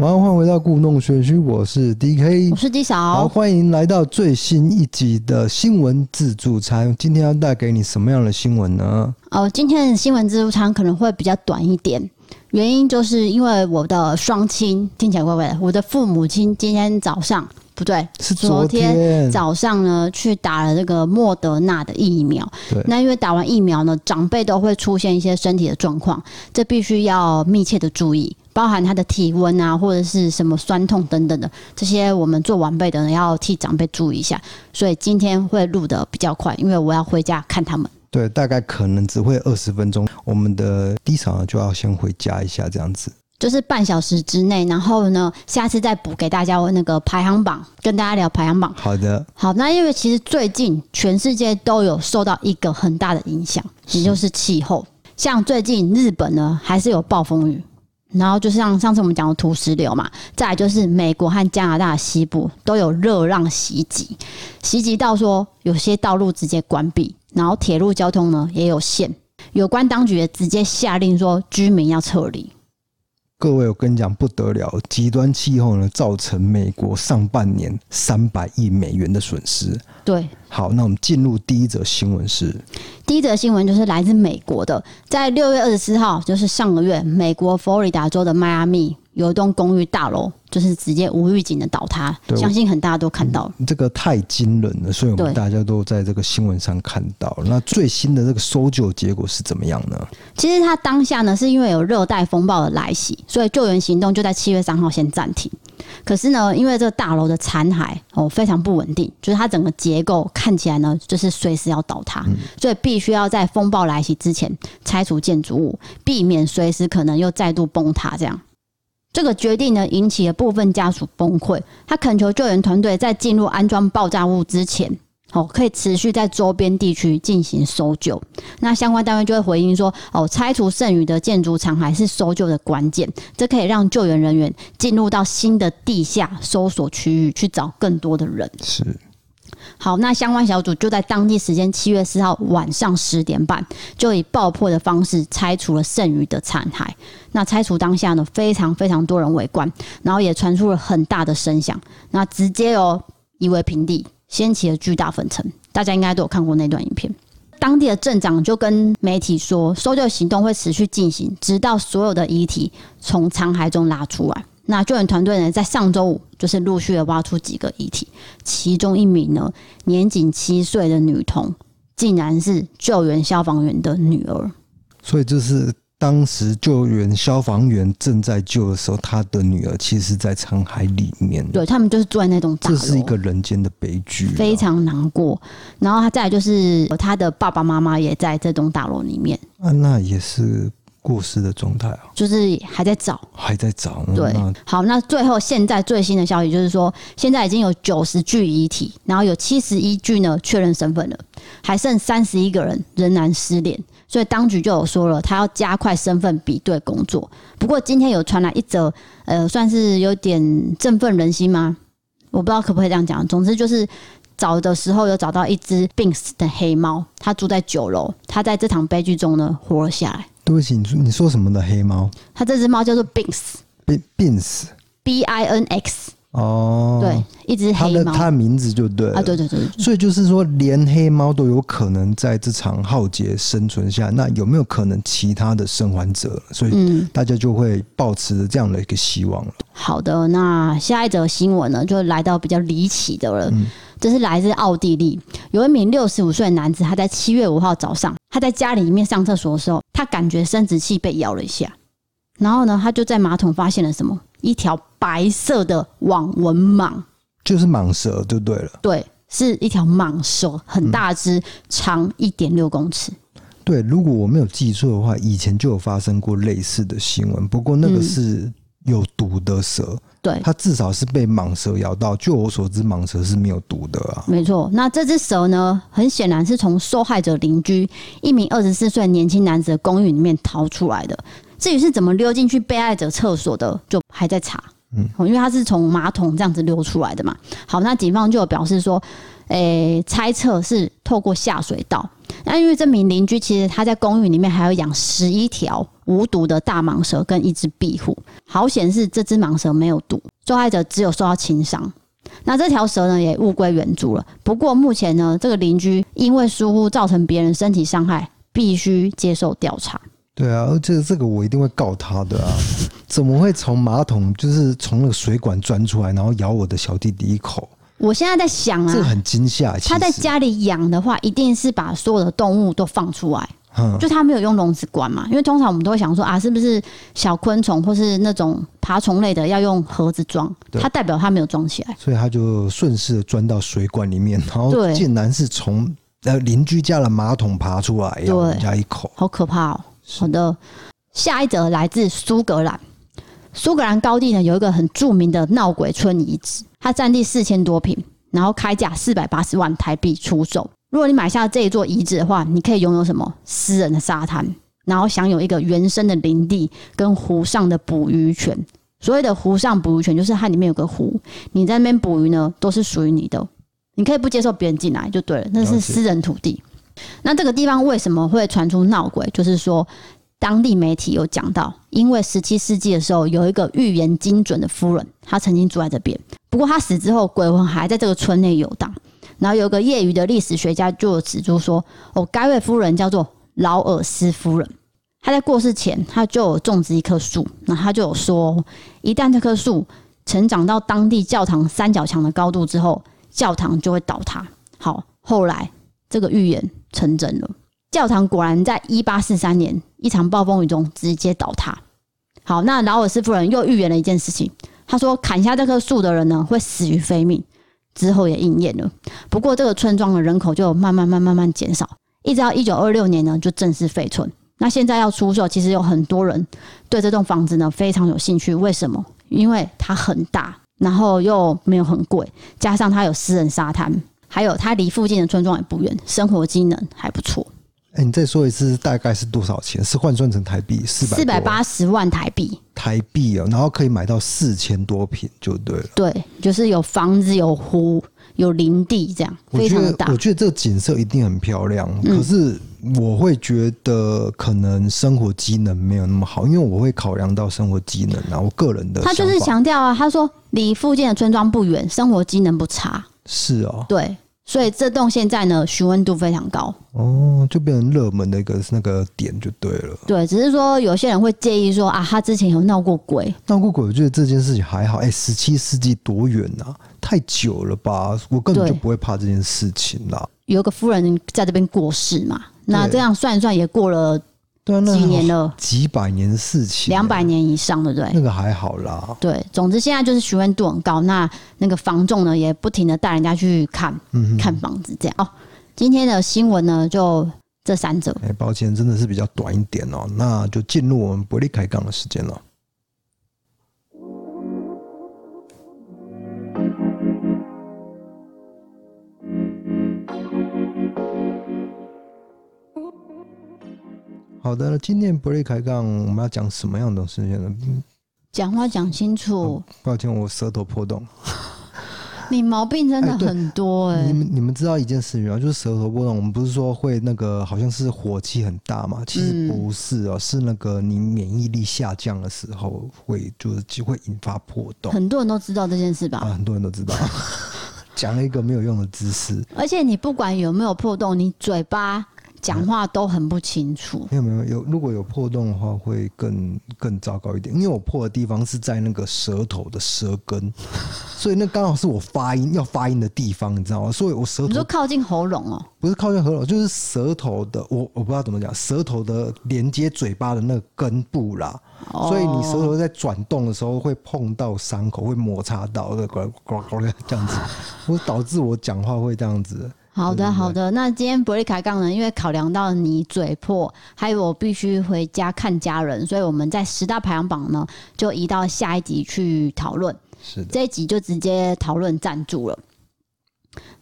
晚安，欢迎回到故弄玄虚，我是 D K，我是 D 好，小，欢迎来到最新一集的新闻自助餐。今天要带给你什么样的新闻呢？呃，今天的新闻自助餐可能会比较短一点，原因就是因为我的双亲听起来怪怪的，我的父母亲今天早上不对，是昨天早上呢去打了这个莫德纳的疫苗对。那因为打完疫苗呢，长辈都会出现一些身体的状况，这必须要密切的注意，包含他的体温啊，或者是什么酸痛等等的，这些我们做晚辈的呢要替长辈注意一下。所以今天会录的比较快，因为我要回家看他们。对，大概可能只会二十分钟。我们的 D 嫂呢就要先回家一下，这样子。就是半小时之内，然后呢，下次再补给大家那个排行榜，跟大家聊排行榜。好的，好，那因为其实最近全世界都有受到一个很大的影响，也就是气候。像最近日本呢，还是有暴风雨，然后就像上次我们讲的土石流嘛，再来就是美国和加拿大西部都有热浪袭击，袭击到说有些道路直接关闭，然后铁路交通呢也有限。有关当局也直接下令说居民要撤离，各位，我跟你讲不得了，极端气候呢造成美国上半年三百亿美元的损失。对，好，那我们进入第一则新闻是，第一则新闻就是来自美国的，在六月二十四号，就是上个月，美国佛罗里达州的迈阿密有一栋公寓大楼，就是直接无预警的倒塌，对相信很大家都看到了。这个太惊人了，所以我们对大家都在这个新闻上看到。那最新的这个搜救结果是怎么样呢？其实它当下呢，是因为有热带风暴的来袭，所以救援行动就在七月三号先暂停。可是呢，因为这个大楼的残骸哦非常不稳定，就是它整个结构看起来呢，就是随时要倒塌，所以必须要在风暴来袭之前拆除建筑物，避免随时可能又再度崩塌这样。这个决定呢，引起了部分家属崩溃，他恳求救援团队在进入安装爆炸物之前，哦，可以持续在周边地区进行搜救。那相关单位就会回应说，哦，拆除剩余的建筑残骸是搜救的关键，这可以让救援人员进入到新的地下搜索区域去找更多的人。是好，那相关小组就在当地时间七月四号晚上十点半，就以爆破的方式拆除了剩余的残骸。那拆除当下呢，非常非常多人围观，然后也传出了很大的声响，那直接哦夷为平地，掀起了巨大粉尘。大家应该都有看过那段影片。当地的镇长就跟媒体说，搜救行动会持续进行，直到所有的遗体从残骸中拉出来。那救援团队呢，在上周五就是陆续的挖出几个遗体，其中一名呢年仅七岁的女童，竟然是救援消防员的女儿。所以就是当时救援消防员正在救的时候，他的女儿其实在残骸里面，对他们就是住在那栋嗯这大楼，是一个人间的悲剧、啊，非。常难过。然后他再来就是呃他的爸爸妈妈也在这栋大楼里面，安娜啊也是过世的状态啊，就是还在找。还在找。嗯对那，好，那最后现在最新的消息就是说，现在已经有九十具遗体，然后有七十一具呢确认身份了，还剩三十一个人仍然失联，所以当局就有说了，他要加快身份比对工作。不过今天有传来一则，呃，算是有点振奋人心吗？我不知道可不可以这样讲，总之就是。找的时候有找到一只病死的黑猫，它住在九楼，它在这场悲剧中呢活了下来。对不起，你说你说什么的黑猫它这只猫叫做 Binks，B 病病死 I N X，哦，对，，一只他黑的猫他的名字就对了。啊，对对对对，所以就是说，连黑猫都有可能在这场浩劫生存下，那有没有可能其他的生还者？所以嗯，大家就会抱持着这样的一个希望了。好的，那下一则新闻呢，就来到比较离奇的了，嗯这是来自奥地利，有一名六十五岁的男子，他在七月五号早上，他在家里面上厕所的时候，他感觉生殖器被咬了一下，然后呢，他就在马桶发现了什么？一条白色的网纹蟒，就是蟒蛇就对了，对，是一条蟒蛇，很大只，长一点六公尺。对，如果我没有记错的话，以前就有发生过类似的新闻，不过那个嗯是有毒的蛇，对，它至少是被蟒蛇咬到。据我所知，蟒蛇是没有毒的啊。没错，那这只蛇呢，很显然是从受害者邻居一名二十四岁年轻男子的公寓里面逃出来的。至于是怎么溜进去被害者厕所的，就还在查。嗯，因为他是从马桶这样子溜出来的嘛。好，那警方就有表示说，诶、猜测是透过下水道。那因为这名邻居其实他在公寓里面还有养十一条无毒的大蟒蛇跟一只壁虎，好显示这只蟒蛇没有毒，受害者只有受到轻伤。那这条蛇呢也物归原主了。不过目前呢，这个邻居因为疏忽造成别人身体伤害，必须接受调查。对啊，而这这个我一定会告他的啊！怎么会从马桶就是从那个水管钻出来，然后咬我的小弟弟一口？我现在在想这个啊，很惊吓。其他在实，家里养的话，一定是把所有的动物都放出来，嗯，就他没有用笼子关嘛。因为通常我们都会想说啊，是不是小昆虫或是那种爬虫类的要用盒子装？对它代表它没有装起来。所以他就顺势地钻到水管里面，然后对竟然是从呃邻居家的马桶爬出来，咬人家一口。好可怕哦！好的，下一则来自苏格兰。苏格兰高地呢有一个很著名的闹鬼村遗址，它占地四千多平，然后开价四百八十万台币出售。如果你买下这一座遗址的话，你可以拥有什么私人的沙滩，然后享有一个原生的林地跟湖上的捕鱼权。所谓的湖上捕鱼权，就是它里面有个湖，你在那边捕鱼呢，都是属于你的，你可以不接受别人进来就对了，那了是解私人土地。那这个地方为什么会传出闹鬼？就是说，当地媒体有讲到，因为十七世纪的时候，有一个预言精准的夫人，她曾经住在这边。不过她死之后，鬼魂还在这个村内游荡。然后有个业余的历史学家就有指出说，哦，该位夫人叫做劳尔斯夫人。她在过世前，她就有种植一棵树，那她就有说，一旦这棵树成长到当地教堂三角墙的高度之后，教堂就会倒塌。好，后来这个预言成真了。教堂果然在一八四三年一场暴风雨中直接倒塌。好，那劳尔斯夫人又预言了一件事情，她说砍下这棵树的人呢会死于非命，之后也应验了。不过这个村庄的人口就慢慢慢慢慢减少，一直到一九二六年呢就正式废村。那现在要出售，其实有很多人对这栋房子呢非常有兴趣。为什么？因为它很大，然后又没有很贵，加上它有私人沙滩，还有它离附近的村庄也不远，生活机能还不错。哎、你再说一次，大概是多少钱？是换算成台币四百四百八十万台币，台币哦，然后可以买到四千多平，就对了。对，就是有房子、有湖、有林地，这样我非觉常的得，大嗯我。觉得这个景色一定很漂亮，可是我会觉得可能生活机能没有那么好，因为我会考量到生活机能啊，我个人的他就是想法强调啊，他说离附近的村庄不远，生活机能不差，是哦，对，所以这栋现在呢询问度非常高，哦，就变成热门的一个那个点就对了。对，只是说有些人会介意说啊，他之前有闹过鬼，那过鬼，我觉得这件事情还好。哎、十七世纪多远啊？太久了吧？我根本就对不会怕这件事情啦。有一个夫人在这边过世嘛，那对这样算一算也过了对啊，那几年了，几百年的事情、两百，年以上，对不对？那个还好啦。对，总之现在就是询问度很高，那那个房仲呢也不停的带人家去看、嗯看房子，这样哦。今天的新闻呢就这三则，哎、抱歉，真的是比较短一点哦、那就进入我们伯利开杠的时间了。好的，那今天伯利开杠我们要讲什么样的事情呢？嗯讲话讲清楚，抱歉，我舌头破洞。你毛病真的哎对很多哎、你们你们知道一件事情吗？就是舌头波动，我们不是说会那个好像是火气很大嘛？其实嗯不是哦、是那个你免疫力下降的时候会就是就会引发波动很多人都知道这件事吧？啊，很多人都知道。 讲了一个没有用的知识，而且你不管有没有破洞，你嘴巴讲话都很不清楚。没有没有有，如果有破洞的话，会更更糟糕一点。因为我破的地方是在那个舌头的舌根，所以那刚好是我发音要发音的地方，你知道吗？所以我舌你头说靠近喉咙哦、不是靠近喉咙，就是舌头的，我我不知道怎么讲，舌头的连接嘴巴的那个根部啦，哦所以你舌头在转动的时候会碰到伤口，会摩擦到，那呱呱呱呱这样子，我导致我讲话会这样子。好对对的，对好的。那今天伯利凯杠呢，因为考量到你嘴破，还有我必须回家看家人，所以我们在十大排行榜呢，就移到下一集去讨论。是的，这一集就直接讨论赞助了。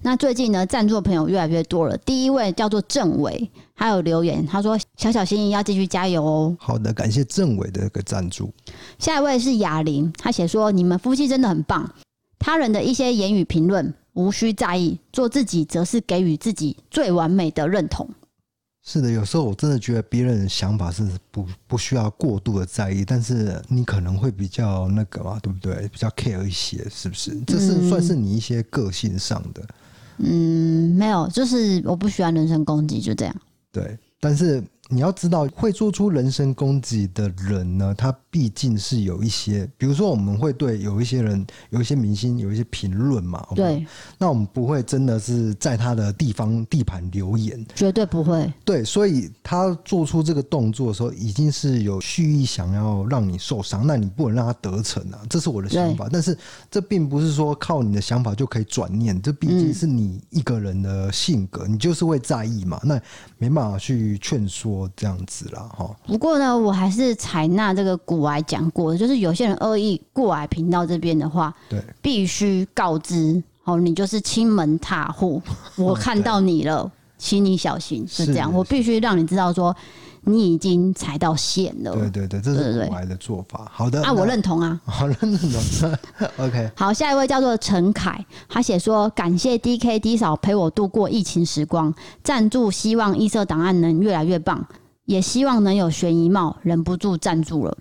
那最近呢，赞助的朋友越来越多了。第一位叫做郑伟，他有留言，他说：“小小心要继续加油哦。”好的，感谢政委的一个赞助。下一位是雅玲，她写说：“你们夫妻真的很棒，他人的一些言语评论无需在意，做自己则是给予自己最完美的认同。”是的，有时候我真的觉得别人的想法是不不需要过度的在意，但是你可能会比较那个嘛，对不对？比较 care 一些，是不是？这是算是你一些个性上的，嗯，没有，就是我不喜欢人身攻击，就这样。对。但是你要知道，会做出人身攻击的人呢，他毕竟是有一些，比如说我们会对有一些人、有一些明星有一些评论嘛，我们对，那我们不会真的是在他的地方地盘留言，绝对不会。对，所以他做出这个动作的时候，已经是有蓄意想要让你受伤，那你不能让他得逞啊，这是我的想法。但是这并不是说靠你的想法就可以转念，这毕嗯竟是你一个人的性格，你就是会在意嘛，那没办法去劝说这样子啦，哈。不过呢，我还是采纳这个古癌讲过的，就是有些人恶意过来频道这边的话，对，必须告知哦，你就是亲门踏户，我看到你了，请你小心，是这样，是我必须让你知道说你已经踩到线了。对对对，这对对是对古来的做法。好的，啊，我那认同啊。好认认同，OK，好，下一位叫做陈凯，他写说感谢 D K D 嫂陪我度过疫情时光，赞助希望异色档案能越来越棒，也希望能有悬疑帽，忍不住赞助了。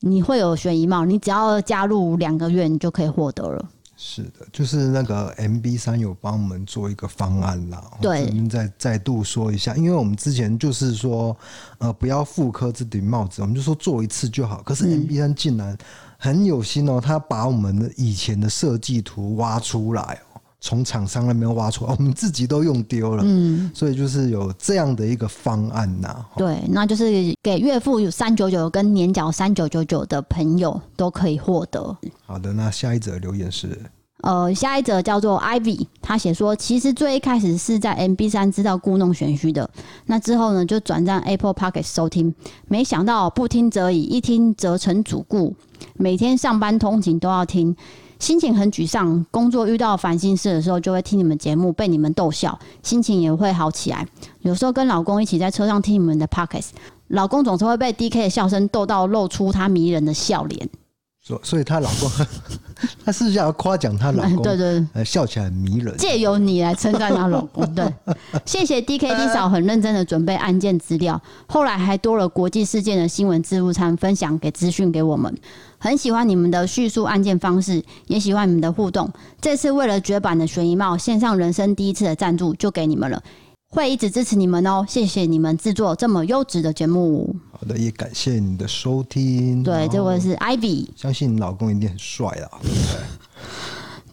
你会有悬疑帽，你只要加入两个月，你就可以获得了。是的，就是那个 MB 三有帮我们做一个方案啦。我对这边再再度说一下，因为我们之前就是说，呃，不要复刻这顶帽子，我们就说做一次就好。可嗯是 MB 三竟然很有心哦，他把我们的以前的设计图挖出来哦，从厂商那边挖出来，我们自己都用丢了。嗯，所以就是有这样的一个方案呐、对，那就是给岳父有三九九跟年缴三九九九的朋友都可以获得。好的，那下一则留言是，呃，下一则叫做 Ivy，他写说，其实最一开始是在 MB 三知道故弄玄虚的，那之后呢就转战 Apple Pocket 收听，没想到不听则已，一听则成主顾，每天上班通勤都要听，心情很沮丧，工作遇到烦心事的时候就会听你们节目，被你们逗笑，心情也会好起来。有时候跟老公一起在车上听你们的 Pocket，老公总是会被 DK 的笑声逗到露出他迷人的笑脸。所所以她老公， 她是不是要夸奖她老公？ 对对。呃，笑起来很迷人。借由你来称赞她老公。 对，谢谢 D K D 嫂很认真的准备案件资料，后来还多了国际事件的新闻自助餐分享给资讯给我们。很喜欢你们的叙述案件方式，也喜欢你们的互动。这次为了绝版的悬疑帽线上人生第一次的赞助就给你们了，会一直支持你们哦，谢谢你们制作这么优质的节目。好的，也感谢你的收听。然对，后这位是 Ivy，相信你老公一定很帅啊啦，对不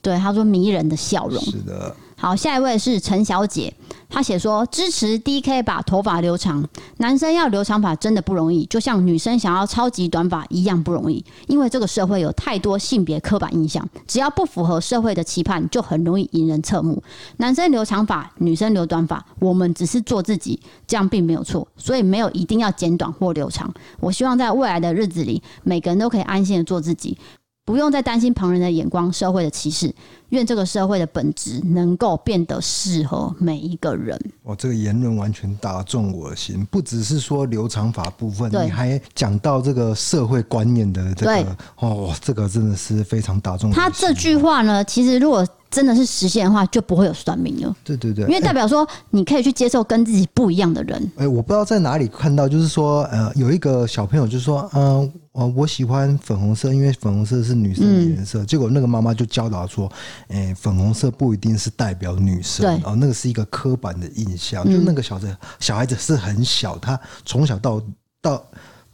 对他说迷人的笑容对？。是的，好，下一位是陈小姐，她写说支持 DK 把头发留长，男生要留长发真的不容易，就像女生想要超级短发一样不容易，因为这个社会有太多性别刻板印象，只要不符合社会的期盼，就很容易引人侧目。男生留长发，女生留短发，我们只是做自己，这样并没有错，所以没有一定要剪短或留长。我希望在未来的日子里，每个人都可以安心的做自己。不用再担心旁人的眼光、社会的歧视，愿这个社会的本质能够变得适合每一个人。我哦这个言论完全打中我的心，不只是说留长发部分，对你还讲到这个社会观念的这对个，哦，这个真的是非常打中我的他心。这句话呢，其实如果真的是实现的话，就不会有算命了，对对对，因为代表说你可以去接受跟自己不一样的人。哎、我不知道在哪里看到，就是说，呃，有一个小朋友就说，嗯、呃，我喜欢粉红色，因为粉红色是女生的颜嗯色。结果那个妈妈就教导说，哎、粉红色不一定是代表女生，对嗯哦，那个是一个刻板的印象。就那个小子，小孩子是很小，他从小到到，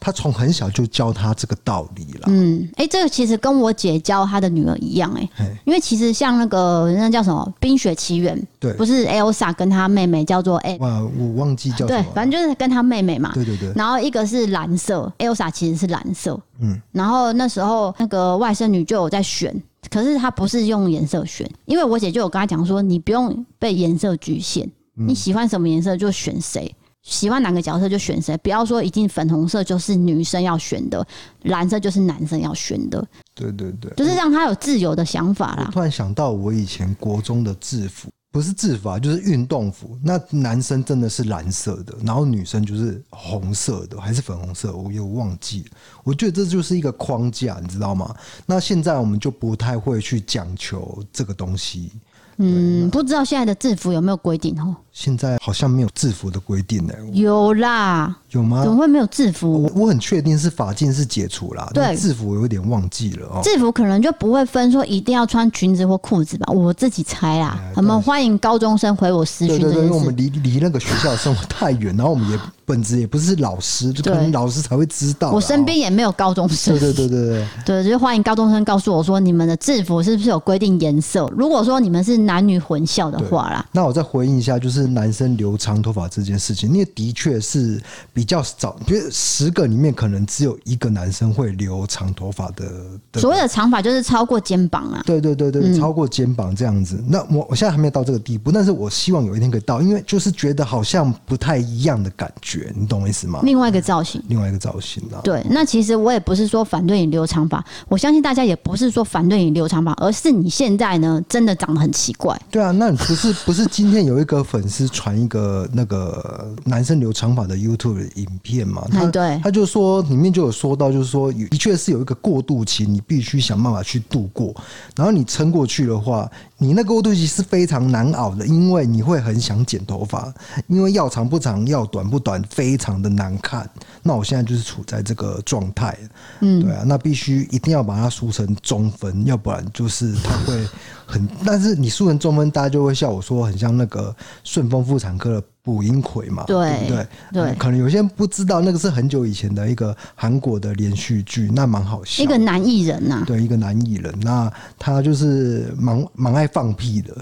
他从很小就教他这个道理了。嗯，哎、这个其实跟我姐教她的女儿一样、诶，嘿因为其实像那个那叫什么《冰雪奇缘》，对不是 Elsa 跟她妹妹叫做哎、哇，我忘记叫什对么，了。反正就是跟她妹妹嘛。对对对，然后一个是蓝色，Elsa 其实是蓝色，嗯然后那时候那个外甥女就有在选，可是她不是用颜色选，因为我姐就有跟她讲说，你不用被颜色局限，嗯你喜欢什么颜色就选谁。喜欢哪个角色就选谁，不要说一定粉红色就是女生要选的，蓝色就是男生要选的，对对对。就是让她有自由的想法我啦。突然想到，我以前国中的制服不是制服啊，就是运动服。那男生真的是蓝色的，然后女生就是红色的，还是粉红色，我也忘记了。我觉得这就是一个框架，你知道吗？那现在我们就不太会去讲求这个东西。嗯，不知道现在的制服有没有规定哦？现在好像没有制服的规定呢、有啦，有吗怎？么会没有制我服？我很确定是法禁是解除啦，对但制服我有点忘记了哦。制服可能就不会分说一定要穿裙子或裤子吧，我自己猜啦哎。我们欢迎高中生回我私对讯对这对，因件为我们事。离离那个学校的生活太远，然后我们也本职也不是老师，就可能对老师才会知道啦。我身哦，边也没有高中生对，对对对对， 对，就是欢迎高中生告诉我说，你们的制服是不是有规定颜色？如果说你们是男女混校的话啦，那我再回应一下，就是男生留长头发这件事情，因为的确是比较少，觉得十个里面可能只有一个男生会留长头发的。的所谓的长发就是超过肩膀啊。对对对对，超过肩膀这样子。那我我现在还没有到这个地步，但是我希望有一天可以到，因为就是觉得好像不太一样的感觉，你懂我意思吗？另外一个造型，另外一个造型啊，对，那其实我也不是说反对你留长发，我相信大家也不是说反对你留长发，而是你现在呢真的长得很奇怪。对啊，那你不是不是今天有一个粉丝传一个那个男生留长发的 YouTube 影片嘛？他哎对他就说里面就有说到，就是说有的确是有一个过渡期，你必须想办法去度过。然后你撑过去的话，你那个过渡期是非常难熬的，因为你会很想剪头发，因为要长不长，要短不短，非常的难看。那我现在就是处在这个状态，嗯，对啊，那必须一定要把它梳成中分，要不然就是它会很。但是你梳成中分，大家就会笑我说很像那个顺丰妇产科的捕蝇葵嘛，对对不对？对嗯可能有些人不知道，那个是很久以前的一个韩国的连续剧，那蛮好笑一的。个男艺人啊呐、对一个男艺人，那他就是蛮蛮爱放屁的，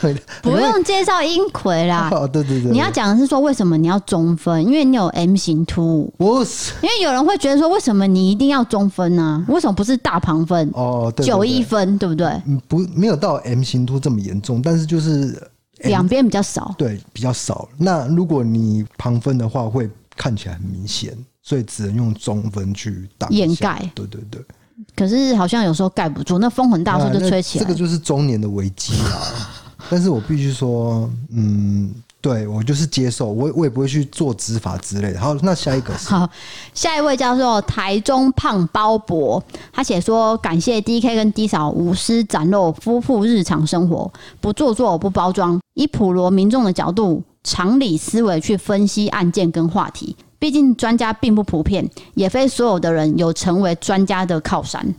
不 用介绍英奎啦。哦，对对对，你要讲的是说为什么你要中分，因为你有 M 型突兀。我是因为有人会觉得说，为什么你一定要中分呢、为什么不是大旁分、哦，对对九对一分，对不对？嗯不没有到 M 型凸这么严重，但是就是两边比较少。对比较少。那如果你旁分的话，会看起来很明显，所以只能用中分去挡一下掩盖对对对，可是好像有时候盖不住，那风很大的时候就啊吹那起这来。个就是中年的危机 啦。但是我必须说，嗯，对我就是接受，我我也不会去做执法之类的。好，那下一个是好，下一位叫做台中胖包伯，他写说感谢 D K 跟 D 嫂无私展露夫妇日常生活，不做作不包装，以普罗民众的角度、常理思维去分析案件跟话题。毕竟专家并不普遍，也非所有的人有成为专家的靠山。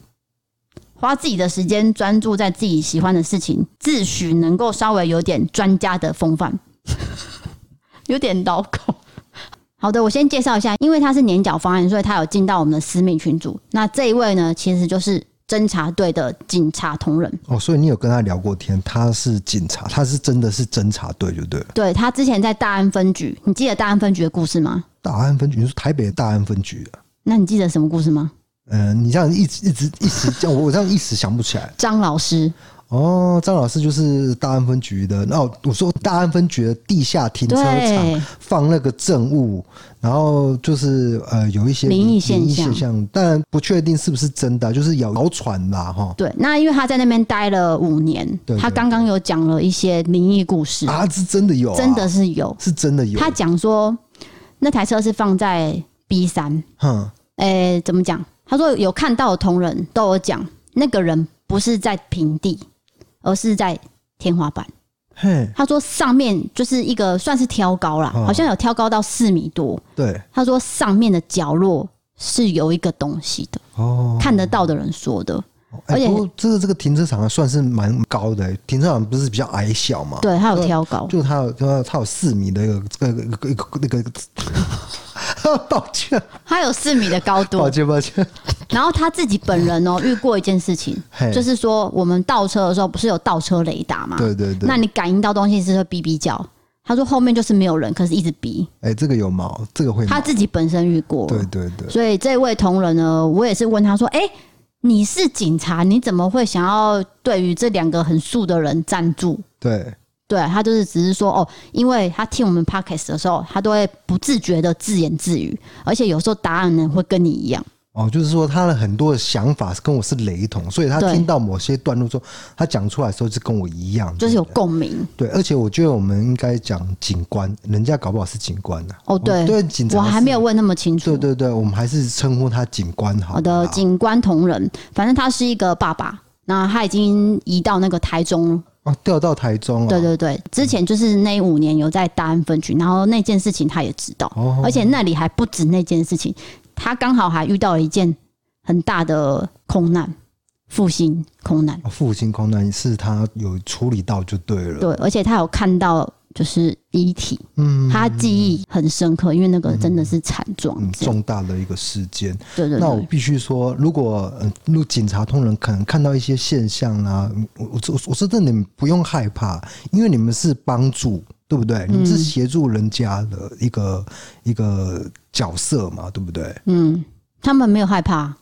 花自己的时间专注在自己喜欢的事情，自诩能够稍微有点专家的风范， 有点老口。好的，我先介绍一下，因为他是年缴方案，所以他有进到我们的私密群组。那这一位呢，其实就是侦查队的警察同仁，哦，所以你有跟他聊过天，他是警察，他是真的是侦查队，对不对了？对他之前在大安分局，你记得大安分局的故事吗？大安分局，你说台北的大安分局啊。那你记得什么故事吗？嗯、你这样一直一直一直这样，我我这样一时想不起来。张老师，哦，张老师就是大安分局的。那我说大安分局的地下停车场对放那个证物，然后就是呃有一些灵异现象现象，当然不确定是不是真的，就是谣谣传啦哈。对，那因为他在那边待了五年，对对他刚刚有讲了一些灵异故事，啊，是真的有、啊，真的是有。是真的有。他讲说，那台车是放在 B 三，哼，诶、怎么讲？他说有看到的同仁都有讲，那个人不是在平地，而是在天花板。嘿，他说上面就是一个算是挑高啦，哦好像有挑高到四米多。对，他说上面的角落是有一个东西的，哦，看得到的人说的。哎而且不过这个这个停车场啊算是蛮高的、停车场不是比较矮小嘛？对，他有挑高。就它有它有它有四米的一个这个一个那个，抱歉他有四米的高抱度。歉抱歉，然后他自己本人哦、遇过一件事情嘿，就是说我们倒车的时候不是有倒车雷达嘛？对对对那。你感应到东西是会哔哔叫。他说后面就是没有人，可是一直哔。哎、这个有毛，这个会毛他。自己本身遇过，嗯对对对，所以这位同仁呢，我也是问他说：“哎、你是警察，你怎么会想要对于这两个很素的人赞助？”对对他就是只是说哦，因为他听我们 podcast 的时候，他都会不自觉的自言自语，而且有时候答案呢会跟你一样。哦，就是说他的很多的想法跟我是雷同，所以他对听到某些段落之后，他讲出来的时候是跟我一样，就是有对不对共鸣。对，而且我觉得我们应该讲警官，人家搞不好是警官呐、哦，对，对，警察我还是没有。问那么清楚。对对对，我们还是称呼他警官好了啦。好的，警官同仁，反正他是一个爸爸，那他已经移到那个台中哦，调到台中啊，对对对，之前就是那五年有在大安分局，然后那件事情他也知道，哦而且那里还不止那件事情，他刚好还遇到了一件很大的空难，复兴空难。哦复兴空难是他有处理到就对了，对，而且他有看到就是遗体，嗯，他记忆很深刻，因为那个真的是惨状嗯，这样。重大的一个事件。对对那我嗯对，必须说，如果呃如果警察同仁可能看到一些现象啊，我我我我说真的，你们不用害怕，因为你们是帮助，对不嗯对？你们是协助人家的一个、一个角色嘛，对不对？嗯，他们没有害怕，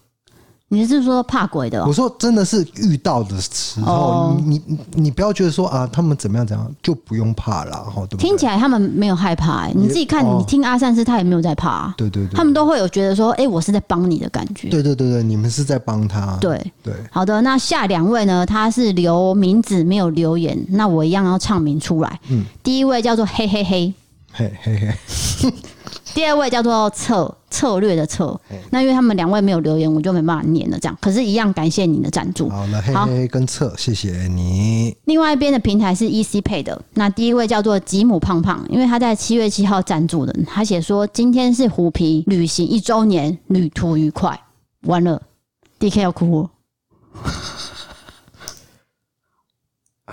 你是说怕鬼的我哦？说真的是遇到的时候，哦你你你不要觉得说啊，他们怎么样怎么样就不用怕了，哈，对不对？听起来他们没有害怕、欸，你自己看，哦你听阿善师他也没有在怕啊、对对对，他们都会有觉得说，哎、我是在帮你的感觉。对对对对，你们是在帮他，对，对，好的，那下两位呢？他是留名字没有留言，那我一样要唱名出来。嗯第一位叫做嘿嘿嘿，嘿嘿嘿，第二位叫做策策略的策嘿。那因为他们两位没有留言，我就没办法念了。这样，可是，一样感谢你的赞助。好了，嘿好嘿跟策，谢谢你，另外一边的平台是 EC Pay 的，那第一位叫做吉姆胖胖，因为他在七月七号赞助的，他写说今天是虎皮旅行一周年，旅途愉快。完了，DK 要哭了，哦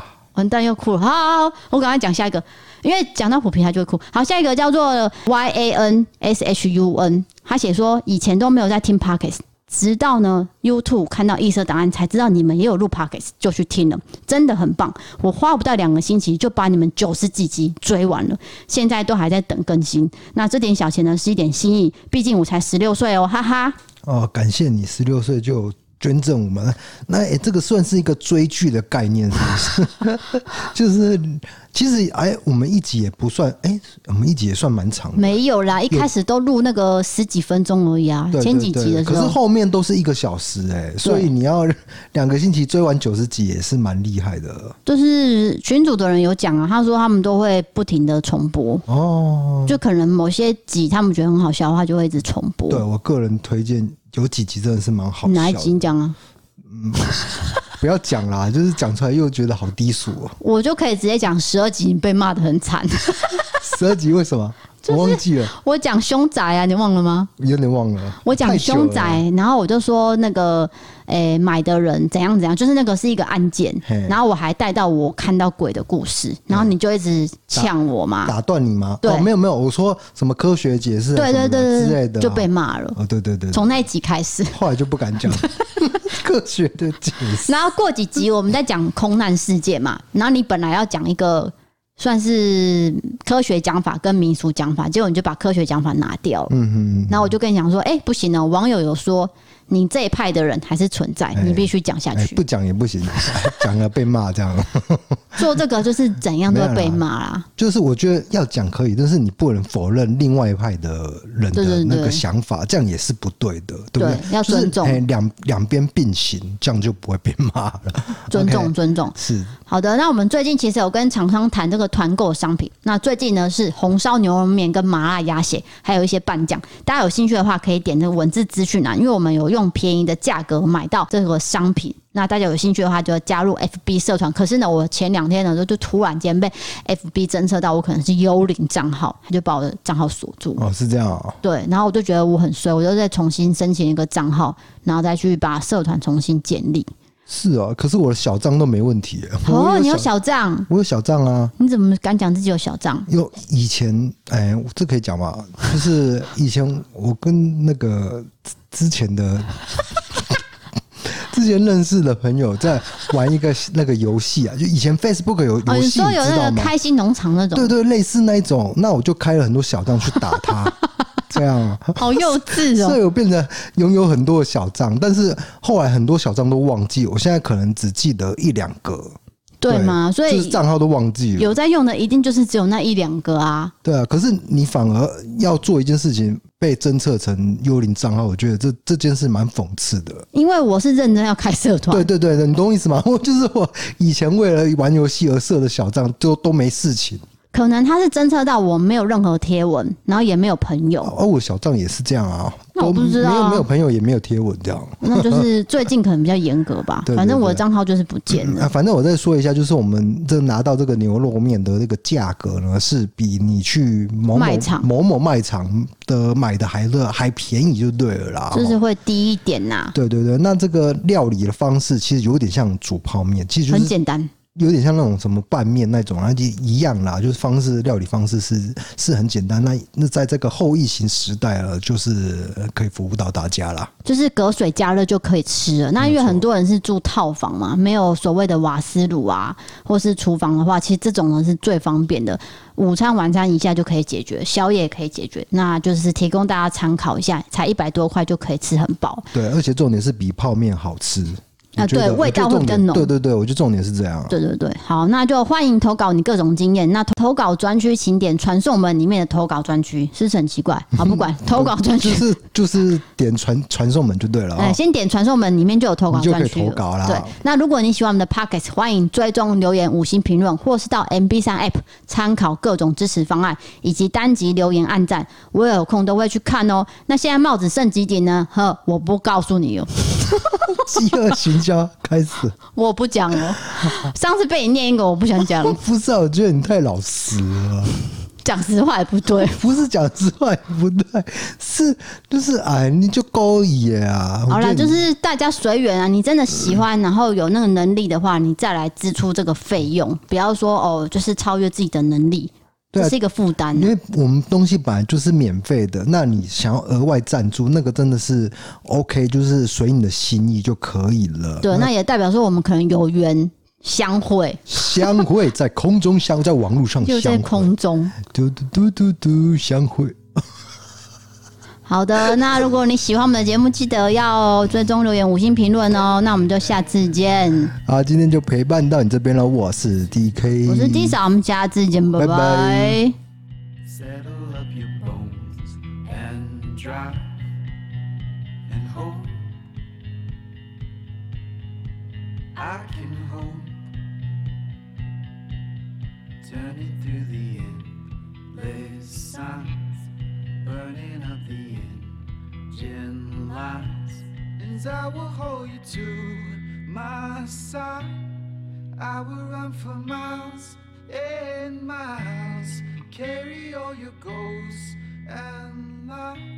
完蛋要哭了。好好好，我赶快讲下一个，因为讲到虎皮他就会哭。好，下一个叫做 Y A N S H U N，他写说以前都没有在听 Pockets。直到呢 YouTube 看到异色档案，才知道你们也有录 Pockets，就去听了，真的很棒。我花不到两个星期就把你们九十几集追完了，现在都还在等更新。那这点小钱呢是一点心意，毕竟我才十六岁哦，哈哈。哦，感谢你十六岁就捐赠我们，那、诶这个算是一个追剧的概念，是不是？ 就是其实哎、我们一集也不算，哎、我们一集也算蛮长的。没有啦，一开始都录那个十几分钟而已啊，对前对几对集的时可是候。后面都是一个小时哎、所以你要两个星期追完九十集也是蛮厉害的就是群主的人有讲啊，他说他们都会不停的重播，哦。就可能某些集他们觉得很好笑，他就会一直重播。对我个人推荐有几集真的是蛮好笑哪一集的，你讲啊？不要讲啦，就是讲出来又觉得好低俗、哦。我就可以直接讲十二集，你被骂的很惨。十二集为什么？我忘记了，我讲凶宅啊，你忘了吗？有点忘了。我讲太久凶了宅，然后我就说那个诶、买的人怎样怎样，就是那个是一个案件嘿，嗯然后我还带到我看到鬼的故事，然后你就一直呛我嘛，打断你吗？对哦，没有没有，我说什么科学解释啊对什么对对之对类的对，啊，就被骂了。哦，对对对，对从那一集开始， 后来就不敢讲科学的解释。然后过几集我们在讲空难事件嘛，然后你本来要讲一个算是科学讲法跟民俗讲法，结果你就把科学讲法拿掉了。嗯嗯，然后我就跟你讲说，哎、不行了，网友有说你这一派的人还是存在，你必须讲下哎，去不。讲也不行，讲了被骂这样。 做这个就是怎样都会被骂啦。就是我觉得要讲可以，但是你不能否认另外一派的人对的对那个对想法，这样也是不对的，对不对要就是尊重哎两两边并行，这样就不会被骂了。 尊重 OK，尊重。是好的，那我们最近其实有跟厂商谈这个团购商品。那最近呢是红烧牛肉面跟麻辣鸭血，还有一些拌酱。大家有兴趣的话，可以点这个文字资讯栏，因为我们有用便宜的价格买到这个商品。那大家有兴趣的话，就要加入 FB 社团。可是呢，我前两天呢，就就突然间被 FB 侦测到我可能是幽灵账号，他就把我的账号锁住。哦，是这样哦。对，然后我就觉得我很衰，我就再重新申请一个账号，然后再去把社团重新建立。是哦，可是我的小账都没问题耶。我哦，你有小账，我有小账啊，你怎么敢讲自己有小账？因为以前，哎、这可以讲吧？就是以前我跟那个 之之前的 之前认识的朋友在玩一个那个游戏啊，就以前 Facebook 有哦，游你戏，说你有知道那个吗？开心农场那种，对对，类似那一种，那我就开了很多小账去打 它，这样啊。好幼稚所哦。以我变成拥有很多的小账，但是后来很多小账都忘记，我现在可能只记得一两个，对吗？所就是以账号都忘记了。有在用的，一定就是只有那一两个啊。对啊，可是你反而要做一件事情被侦测成幽灵账号，我觉得这这件事蛮讽刺的。因为我是认真要开社团对，对 对对，你懂我意思吗？我就是我以前为了玩游戏而设的小账，就都没事情。可能他是侦测到我没有任何贴文，然后也没有朋友，哦，我小账也是这样啊，那我不知道啊没有没有朋友也没有贴文这样。。那就是最近可能比较严格 吧对对反正我的对账号就是不见了。啊，反正我再说一下，就是我们这拿到这个牛肉面的这个价格呢，是比你去某某卖场某某卖场的买的还热还便宜就对了啦。就是哦会低一点呐、对对对，那这个料理的方式其实有点像煮泡面，其实就很是简单。有点像那种什么拌面那种，啊，就一样啦，就是方式料理方式是是很简单。那那在这个后疫情时代了，就是可以服务到大家啦。就是隔水加热就可以吃了。那因为很多人是住套房嘛，没有所谓的瓦斯炉啊，或是厨房的话，其实这种呢是最方便的。午餐、晚餐一下就可以解决，宵夜也可以解决。那就是提供大家参考一下，才一百多块就可以吃很饱。对，而且重点是比泡面好吃。啊我觉对得味我觉得道会重比较点浓对对对，我觉得重点是这样。啊对对对，好，那就欢迎投稿你各种经验。那投投稿专区，请点传送门里面的投稿专区，是不是很奇怪？好，不管投稿专就区，是就是点传传送门就对了啊、哎，先点传送门里面就有投稿你就可专以区了投稿啦对，那如果你喜欢我们的 Pockets，欢迎追踪留言、五星评论，或是到 MB 三 App 参考各种支持方案以及单集留言、按赞，我有空都会去看哦。那现在帽子剩几顶呢？呵，我不告诉你哦， 饥饿行销开始，我不讲哦。 上次被你念一个，我不想讲， 不是啊？我觉得你太老实了，讲实话也不 对。不是讲之外不对，是就是哎，你就勾引啊！我好觉了，得就你是大家随缘啊。你真的喜欢，然后有那个能力的话，你再来支出这个费用，不要说哦，就是超越自己的能力，对啊这是一个负担啊、因为我们东西本来就是免费的，那你想要额外赞助，那个真的是 OK，就是随你的心意就可以了。对，那也代表说我们可能有缘相会，相会在空中相，在网络上就相在会，空中。嘟嘟嘟嘟嘟相会。好的，那如果你喜欢我们的节目，记得要追踪留言、五星评论哦。那我们就下次见，好，今天就陪伴到你这边了。我是 D K，我是 D 嫂，我们下次见，拜拜拜拜 Settle up your bones and drive and hope. I can hope. Turn it through the endless signs, burning up the engine lights. And I will hold you to my side. I will run for miles and miles, carry all your goals and lies.